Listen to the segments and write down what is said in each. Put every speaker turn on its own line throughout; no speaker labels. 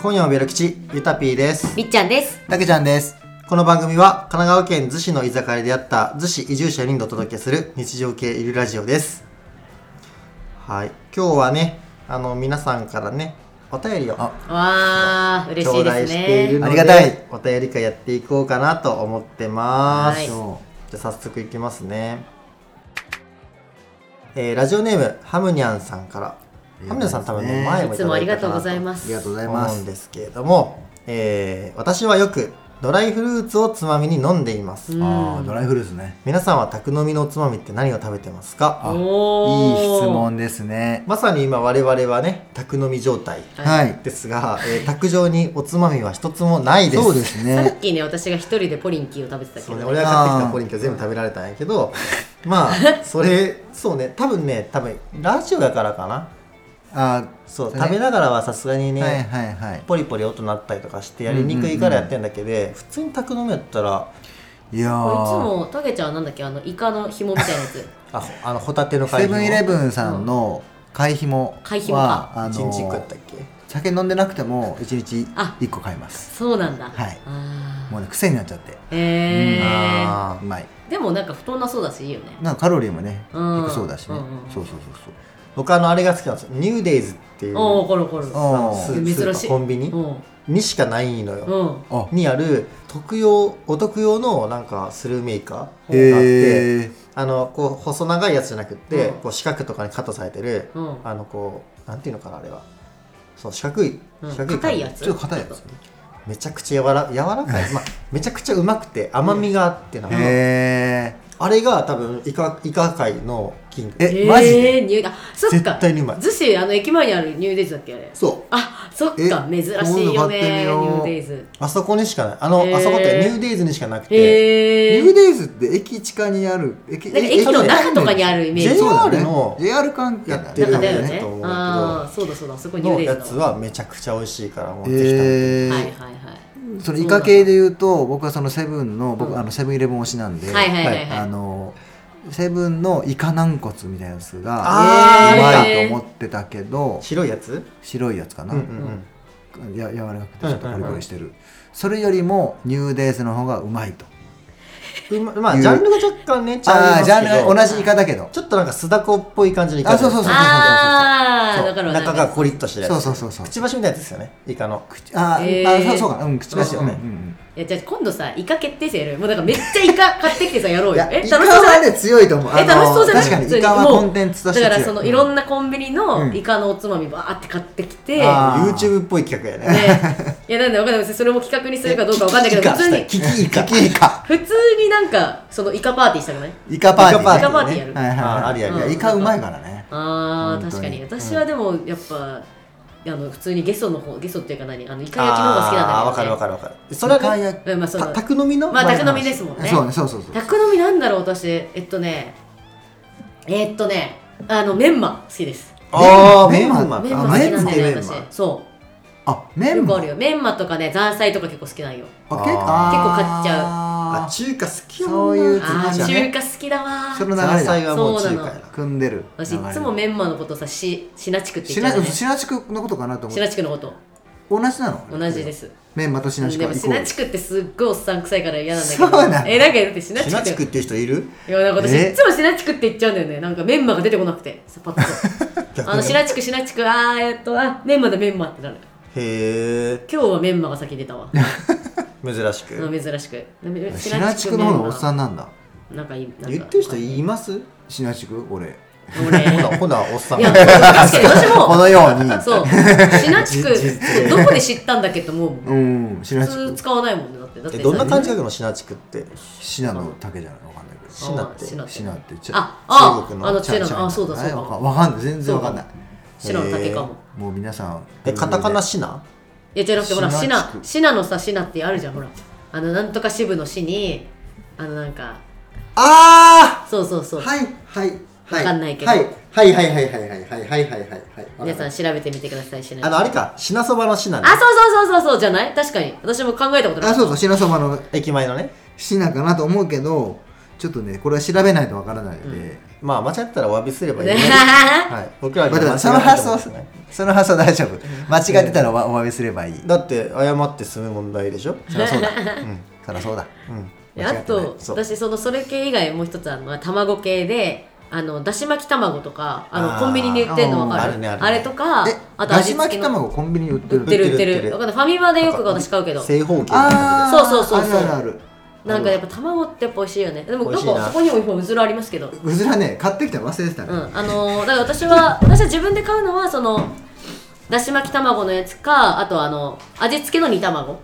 今夜もベロ吉ゆたぴーです
みっちゃんです。
たけちゃんです。
この番組は神奈川県逗子の居酒屋であった逗子移住者にお届けする日常系ゆるラジオですはい今日はねあの皆さんからねお便りを
あ
わあ、嬉し
頂
いで
戴
す
している
ね。
の
あ
で
りがたい
お便り会やっていこうかなと思ってます、
はい
じゃあ早速いきますね、えーラジオネームハムニャンさんからハムニャンさん多分ね前
い
も
つもありが
た
とう
だい
ご
た
ざ
か
い
な
ま
ありがとう
す。
ございま
思う
す
ん。ですけれども、えー私はよくドライフルーツをつまみに飲んでいます、
うん
ああ、ドライフルーツね。
皆さんは宅飲みのおつまみって何を食べてますか
あい
お
い
ー
質問ですね。
まさに今我々はね宅飲み状態
は
はい。
ですが、えー卓上におつまみは一つもないです
そうです
さ
ね
っ。きね、私が一人でポリンキーを食べてたけ
そう
ど
ね、
ね。
俺が買ってきたポリンキーは全部食べられたんやけ どまあそれそうね多分ね多分ラジオやからかな
あ
そう
そうね
食べながらはさすがに
ー
ね、
はいはいはい。
ポリポリ音鳴ったりとかしてやりにくいからやってんだけど、普通に宅飲みやったら
いや
これいつ
ー。
も、たけちゃんはなんだっけ、あの、イカの紐みたいなや つ。
あほあのホタテの
セ
貝
ブンイレブンさんの買い紐
貝紐か
は、あの
一日食ったっけ
酒飲んでなくても一日
あ
一個買います。
そうなんだ。
はい
あ
もうね癖になっちゃって。
ーへえ。
あ
うまい。
でもなんか太んなそうだし、いいよね。
なんかカロリーもね
うん
低そうだしね
うんうんうん。
そうそうそう
ー僕あのあれが好きなんですよニューデイズっていう
おお、こるこる。
そう。
あの
お
スー
ー
スー
珍
パ
しい。
ーコンビニ
うん。
にしかないの
う
よ、
ん。
あ、
にある特用お得用のなんかスルーメーカーがあって、
へえ。
あのこう細長いやつじゃなくって、
うん
こう四角とかにカットされてる、
うん
あのこうなんていうのかなあれはそう四角い
うん
四角い感じ
硬いやつ
ちょっと硬いやつ。
めちゃくちゃ柔ら柔らかい、まあ、めちゃくちゃうまくて甘みがあってなんか
へえ。
あれが多分イカイカ界のキング
えマジで
えー、ニューあ、そっか
絶。対にうまい
逗子、あの、駅前にあるニューデイズだっけ、あれ。
そう
あ、そっか。珍
え
しいよね、ニ
今度
ュー
買ってみよう
デイズ。
あそこにしかないあの、
へー
あそこってニューデイズにしかなくて、
へえ。
ニューデイズって駅地下にある駅
なんか駅の中とかにあるイメージ。
JR
そうだね
の
JR 関係だ
やっ
ね
てる
中だ
よ
よ
ね
ね
と思う。けど
ああ、そうだそうだ、そこニュー
の
デイズ
や
だ
つ
わ。
はめちゃくちゃ美味しいから持ってきた、
えー
はいはいはい。
そのイカ系で言うと僕はそのセブンの僕、あのセブンイレブン推しなんで、
はいはいはいはい
あのセブンのイカ軟骨みたいなやつが
あ
う
ー
ま
えー
いと思ってたけど
白いやつ
白いやつか
う
な、
んうん
や柔らかくてちょっとコリコリしてる、それよりもニューデイズの方がうまいと
うんままあ
いう
ジャンルが若干ねち
あ
ゃ
あ
い
ジ
ま
ャ
すけ
ンル
ど
が同じイカだけど
ちょっとなんか酢だこっぽい感じに
あそうそうそうそう
ああ、だから
中がコリッとしてるやつ
そうそうそうそう
くちばしみたいなやつですよねイカの
口あー、
えー
あそうそうかうん口ですよね、
うん
うんうん
いや、じゃあ今度さ、イカ決定戦やる。もうだからめっちゃイカ買ってきてさ、やろう
い
よ
や。
え、楽
イ
し
カ
そうじゃない
はね強いと思う。
え楽しそうじゃない普
あの確
通
か
に
にイカは
もう
コンテンツと
だ
して
か
強い。
らそのいろんなコンビニ
う
の
ん
イカのおつまみバーって買ってきて、
あー
YouTube っぽい企画やね
ね、いやなんでわかんないそれも企画にするかどうかわかんないけど普通に
キキイカ
キキイカ。
普通になんかそのイカパーティーしたくない
イカパーティー。
イカパーティー
イカパーティーやる
はいはいはい
あありやり
や
いやイカうまいからね。
あー
本当
確
に
かに私はでもやっぱ、あの普通にゲソの方ゲソっていうか何あのイカ焼きの方が好きなんだけど、ね、
あーわかるわかるわかるそれ
イカ
はね
焼き
うんまあそ
た
の
宅飲みの
まあ宅飲みですもんね
そうねそうそうそう。
宅飲みなんだろう私えっとねえっとねあのメンマ好きです
ああメ
メ
ン
ンマ
マ
メンマ好きなんだよね
メンマ
私そ
あ
う
メ
よ
ン
く
マ。
あるよメンマとかねザーサイとか結構好きなんよ
あ
結構買っち
あ
ゃ
中華好きやもんな
そういうつ
あ
ま
あ
み
中
だね。
華好きだわ
そ
ー
の流
山
れ
菜
だ。
はもう中
そう
華
な
や
の
組んでる。
私いつも
メ
メンマのことをさしシナチクって
シ
言っ
ナ
ちゃうね
シナチクのことかなと思
シ
っ
ナ
て。
チクのこと
同じなの。
同じで。す
メンマとシナチク
で
は
も
イ
シ
コー
ナ
ル
チ。クってすっごいおっさん臭いから嫌なんだけど
そうなん
えなんかだってシナチ
シ
ク
ナ
っ
チ
て
クっていう人いる
いやなんか私
え
いつもシナチクって言っちゃうんだよねなんかメンマが出てこなくてさパッとあのシナチクシナチクあーえっとあメンマだメンマってなる
へえ
今日はメンマが先に出たわ
珍し
あの
く
珍しく
シナチクの方のおっさ
ん
んなんだ。
なんかいいなんか
言ってる人います
シナチク俺。
俺
ほなほなおっさん
いや確かに私
こ
も
のように。
そうシナチクそうどこで知ったんだっけと思うもん
うん。シナチ
普通
ク。
使わないもんねだってだって
え
さ
どんな感じがくのシナチクって
シナの竹じゃないわかんないけど。
シナって
あシナ
シナって言っちゃ
ああ
中国の
あの
ちゃ
チ
う
ナ
ちゃ
のあそうだそう
わか
だ
わかんない全然わかんない
シナの竹かも
もう皆さん
えカタカナシナ
いやじゃなくてほらシ
シナチ
ナ
ク
シナのさシナってあるじゃんほらあのなんとか支部の支にあのなんか
あ
そうそうそう、
あはいはい
わかんないけど、
はいはいはいはいはいはいはいはいはい
皆さん調べてみてくださいシナ
あのあれかシナそばのシナね
あそうそうそうそうそうじゃない確かに私も考えたことない
あそうそうシナ様の
駅前のね
シナかなと思うけどちょっとねこれは調べないとわからないので、
まあ間違ったらお詫びすればいい、ね
ね
はい、僕らに
まあ
は
で
間違
も
い
その
ない
発
と思うんです
想
よね
その発想大丈夫間違ってたらおお詫びすればいい、
だって謝って済む問題でしょ、
そりゃそうだ、うん、そりゃそうだ
うん、
であと
そう
私そのそれ系以外もう一つあるのは卵系であのだし巻き卵とかあの
あー
コンビニに売ってるの分かる
あるねあるね
あれとか
え
あと
だ
味
し
付
巻
け
き
の
卵コンビニ売って
売
る
ってる売って
売って
る
る
わかんないファミマでよく私買うけど
正方形みたいな
あ
感
ー
そうそうそうそう
あるあるある
なんかやっぱ卵ってやっぱ美味しいよねでも
美
な
味
ん
しいな
かそこにも今うずらありますけど
うずらね買ってきたの忘れてたね、
うん、あのーだから私は私は自分で買うのはそのだし巻き卵のやつかあとあの味付けの煮卵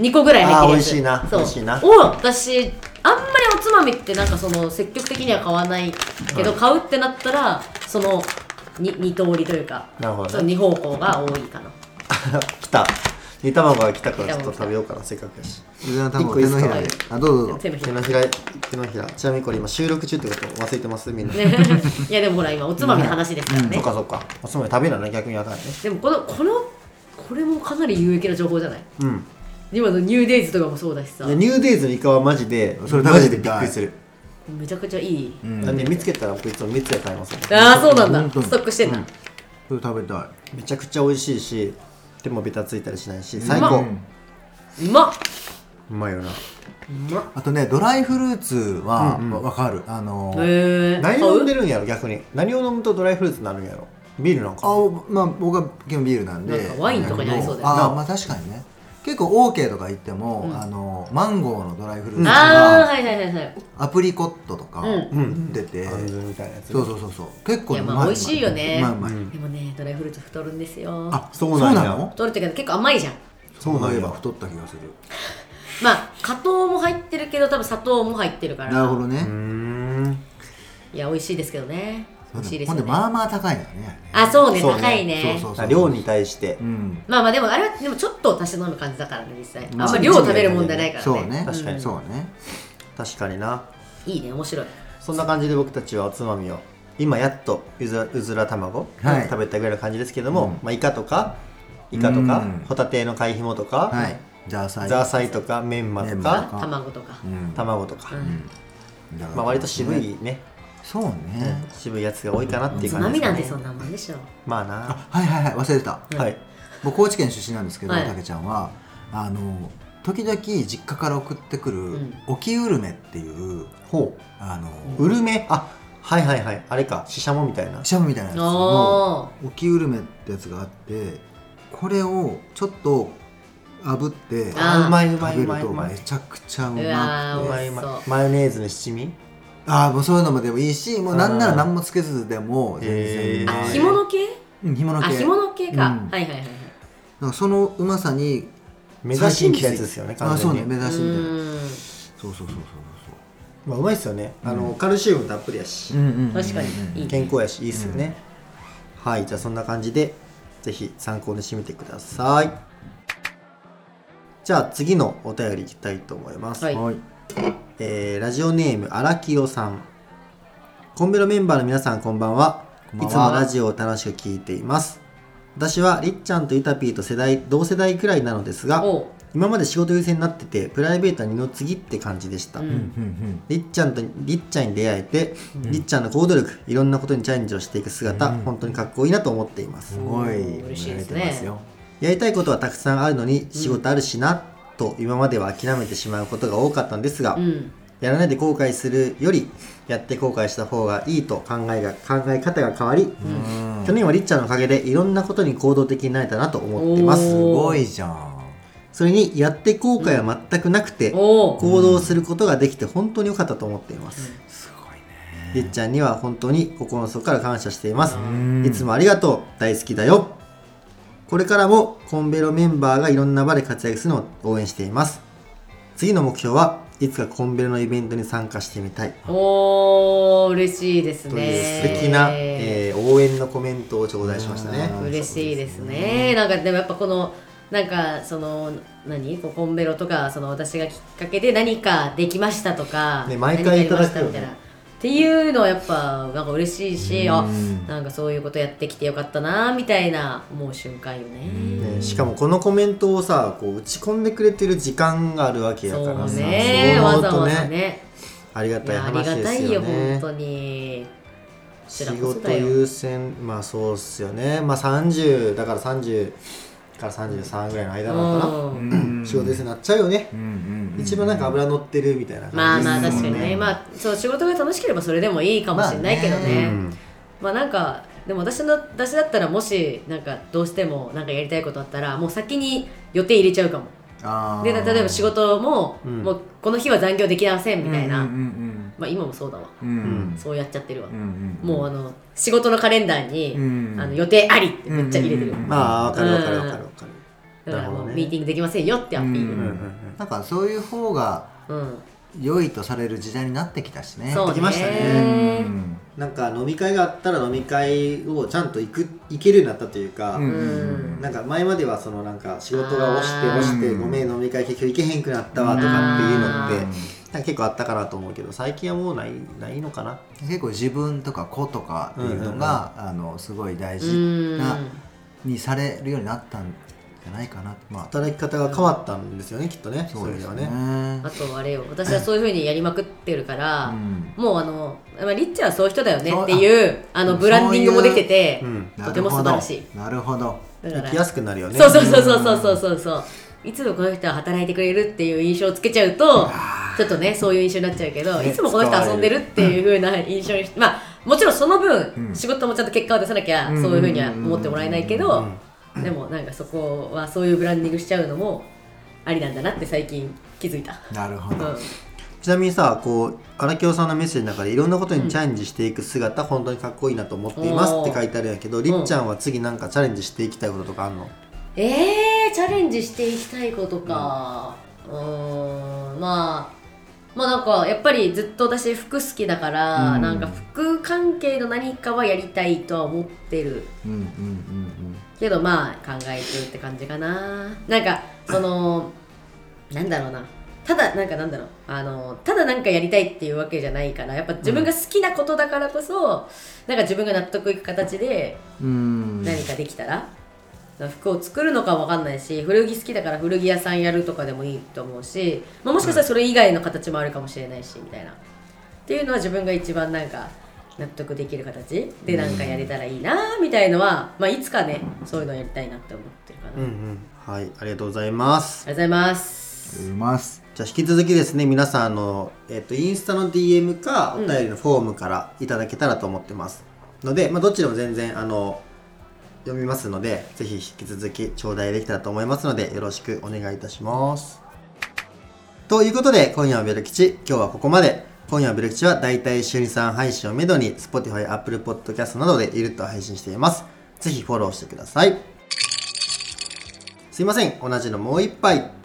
2個ぐらい入って
あー
るやつ
美味しいな
そう
美味しいな
を私あんまりおつまみってなんかその積極的には買わないけど、買うってなったらそのに二通りというか
なるほどね
そう二方向が多いかな
じで 来た煮卵が来たからちょっと食べようかなせっかくやし
うずらの
一
卵
個いい
手
っす
の
か
ひらであどうぞどうぞ
手のひ
手
ら
のひら手のひらちなみにこれ今収録中ってこと忘れてますみんな、
ね いやでもほら今おつまみの話ですからね、
そっかそっかおつまみ食べなね逆にあかんね
でもこのこのこれもかなり有益な情報じゃない
うん
今のニューデイズとかもそうだしさ
いやニューデイズのイカはマジで
それ
マ
食べ
ジ
て
で
み
びった
い
くりする、
めちゃくちゃいい、
うん
だって見つけたら僕いつも3つで買いますもん
ああそうなん
本当
だ
に
ストックしてんだ、
それ食べたい
めちゃくちゃ美味しいし手もベタついたりしないし最高、う
うまっうまっ
まいよな
うまっ
あとねドライフルーツは
うんうん
わわかるあのー
へえ
何飲んで
る
るんやろ逆に何を飲むとドライフルーツになるんやろビールなんか
あまあ僕は基本ビールなんで
なんかワインとかに合いそうだよね
あーまあ確かにね結構オーケーとか行っても、
うん
あのマンゴーのドライフルーツと
ああ
か、
はいはいはいはい
アプリコットとか
うん
うん
出て、
あんずみたいなやつ
そうそうそうそう結構
いや
う
まあ
ま
美味しいよね
うまいうまい、
うん
でもねドライフルーツ太るんですよ
あ
そうなんや
太るっていうか結構甘いじゃん
そうなんや
いえば太った気がする
まあ果糖も入ってるけど多分砂糖も入ってるから
なるほど
うー
ね、
ん
いや美味しいですけどね美味しいです
ほ
よ
んで
ね
まあまあ高いよね
あそうね
そうね
高いね
そうそう
量に対して
うん
まあまあでもあれはでもちょっと足して飲む感じだからね実際、
まあ
あんま量食べるもんじゃないからね
そうね
確かに
うん
そうね
確かにない
いね面白い
そんな感じで僕たちはおつまみを今やっとうずらうずら卵、
はい
食べたぐらいの感じですけども、
うん
まあ、イカとかイカとか、
うん
ホタテの貝ひもとか、
はいじゃあ最
ザーサイとかメンマと
メン
か
マ
卵とか、
うん
卵とか、
うん
だから
まあ、割と渋いね、
そうね
渋いやつが多いかなっていう
つ
感
ま
じ
み
です
な
か
ん
ね
てそんなもんでしょ
まあな、
はいはいはい忘れてた
うん
はい
僕高知県出身なんですけど
はい
たけちゃんはあの時々実家から送ってくる
ん
沖きうるめっていう
ほ
あの
うウルメあはいはいはいあれかシシャモみたいな
シャムみたいなやつの
お
沖きうるめってやつがあってこれをちょっと炙って
あ
あうまいうまいう
食べ
ま
る
いう
と
ま
め
い
ちゃくちゃう
うわー
う
まくて
まいうまいマ
美味しそ
ヨネーズの七味
ああもうそういうのもでもいいしもうなんなら何もつけずでも全
へ
然
ー
あ
えー
干物系
うん干物
あ
系
干物系か、
うん
はいはいはいはい
なんかそのうまさに
目指しみたいなやつですよね
あ
完
そう
全
ね
に
目指
う
しみたいな
ー
そうそうそうそうそ
まあ、うまいっすよねあの、カルシウムたっぷりやし、
う、うんうんうんうん
ん確かにいいね
健康やしいいっすよね、はいじゃあそんな感じでぜひ参考にしてみてくださいじゃあ次のお便りいきたいと思います、
はい
はい
えーラジオネーム荒木代さんコンベロメンバーの皆さんこんばんは
こんばん
い
は
つもラジオを楽しく聞いています私はりっちゃんといたぴーと世代同世代くらいなのですが
おう
今まで仕事優先になっててプライベートは二の次って感じでした、
うん
うんうん
りっちゃんとりっちゃんに出会えて、りっちゃんの行動力いろんなことにチャレンジをしていく姿、
うん
本当にかっこいいなと思っています、
すごい
嬉しいですね
見られてますよ
やりたいことはたくさんあるのに仕事あるしな、と今までは諦めてしまうことが多かったんですが、
うん
やらないで後悔するよりやって後悔した方がいいと考えが考え方が変わり、
うん
去年はりっちゃんのおかげでいろんなことに行動的になれたなと思ってます
す
おー
ごいじゃん
それにやって後悔は全くなくて、
おう
行動することができて本当に良かったと思っています、
すごいね
りっちゃんには本当に心の底から感謝しています、
ん
いつもありがとう大好きだよこれからもコンベロメンバーがいろんな場で活躍するのを応援しています次の目標はいつかコンベロのイベントに参加してみたい
おお嬉しいです
という
ね
素敵な、えー応援のコメントを頂戴しましたね
うん
嬉しいですねなんかでもやっぱこのなんかその何こうコンベロとかその私がきっかけで何かできましたとか、
ね毎回いただくよね
何かやりましたみたいなっていうのはやっぱなんか嬉しいし、あ
うん
なんかそういうことやってきてよかったなみたいな思う瞬間よね、
ねしかもこのコメントをさこう打ち込んでくれてる時間があるわけやから
そ
さ
うねわ
そう
ざ
思うと
わざね
あありが
い
たい
やあり
話
が
で
た
す
いよ
よね
本当にこちら
仕
こそ
事
だよ
優先まあそうっすよねまあ30だから30から33ぐらいの間なのかな、
うん
仕事優先になっちゃうよね、
うんうんうん
一番なんか油乗ってるみたいな
ま
感
あ
じ
まあ
で
確
す
か
もん
にねまあそう仕事が楽しければそれでもいいかもしれないけどね,、まあ、
うん
なんかでも私の私だったらもしなんかどうしてもなんかやりたいことあったらもう先に予定入れちゃうかも
あー
で例えば仕事も、
うん
もうこの日は残業できませんみたいな、
うんうん
まあ今もそうだわ
うんうん
そうやっちゃってるわ、
うんうん
もうあの仕事のカレンダーに、
うん
あの予定ありってめっちゃ入れてる、
うんうんうん
まあわかるわかるわかるわかる、
だか
な
ら
るほ
も
ど
う
ね
ミーティングできませんよってアピール、
うんなんかそういう方が
うん
良いとされる時代になってきたしね
そうね
できました
うん
ねなんか飲み会があったら飲み会をちゃんと行く行けるようになったというか、
うん
うん
なんか前まではそのなんか仕事が押して
あー
押してごめん飲み会結局行けへんくなったわとかっていうのって
う
なんか結構あったかなと思うけど最近はもうないないのかな
結構自分とか子とかっていうのが、あのすごい大
う
事
ん
なにされるようになったんじゃないかなとまあ
働き方が変わったんですよねきっとねそういうのはね
あとあれよ私はそういうふうにやりまくってるから、
うん
もうあの、まあ、リッチはそういう人だよね
そう
っていうあのブランディングもできてて、
うん
とても素晴らしい
なるほど
だか
行
ら
きやすくなるよね
そうそうそうそうそうそうそうそういつもこの人は働いてくれるっていう印象をつけちゃうとちょっとねそういう印象になっちゃうけど、
ね
いつもこの人遊んでるっていう風な印象にしまあもちろんその分、
うん
仕事もちゃんと結果を出さなきゃ、
うん
そういう風には思ってもらえないけ
う
ど、
ん
でもなんかそこはそういうブランディングしちゃうのもありなんだなって最近気づいた。
なるほ
うん
ど、
ちなみにさこう荒京さんのメッセージの中でいろんなことにチャレンジしていく姿、本当にかっこいいなと思っていますって書いてあるんやけどりっちゃんは次なんかチャレンジしていきたいこととかあんの
えー、チャレンジしていきたいことかうーんまあまあなんかやっぱりずっと私服好きだから、
うん
なんか服関係の何かはやりたいとは思ってる
うんうんうん
けどまあ考えてるって感じかななんかそのなんだろうなただなんかなんだろうあのただなんかやりたいっていうわけじゃないからやっぱ自分が好きなことだからこそ、なんか自分が納得いく形で
うんうん
何かできたら、服を作るのかわかんないし古着好きだから古着屋さんやるとかでもいいと思うし、まあ、もしかしたらそれ以外の形もあるかもしれないしみたいなっていうのは自分が一番なんか納得できる形でなんかやれたらいいなみたいのは、まあ、いつかねそういうのやりたいなって思ってるかな、
うん
あ
う
り
んはいありがとうございます
がとうございます
うます
じゃあ引き続きですね皆さんあの、えっとインスタの DM かお便りのフォームからいただけたらと思ってます、ので、まあ、どっちでも全然あの読みますのでぜひ引き続き頂戴できたらと思いますのでよろしくお願いいたしますということで今夜はベル吉今日はここまで今夜はベル吉は大体週に3配信をめどに Spotify、Apple Podcast などでゆるっと配信していますぜひフォローしてくださいすいません同じのもう一杯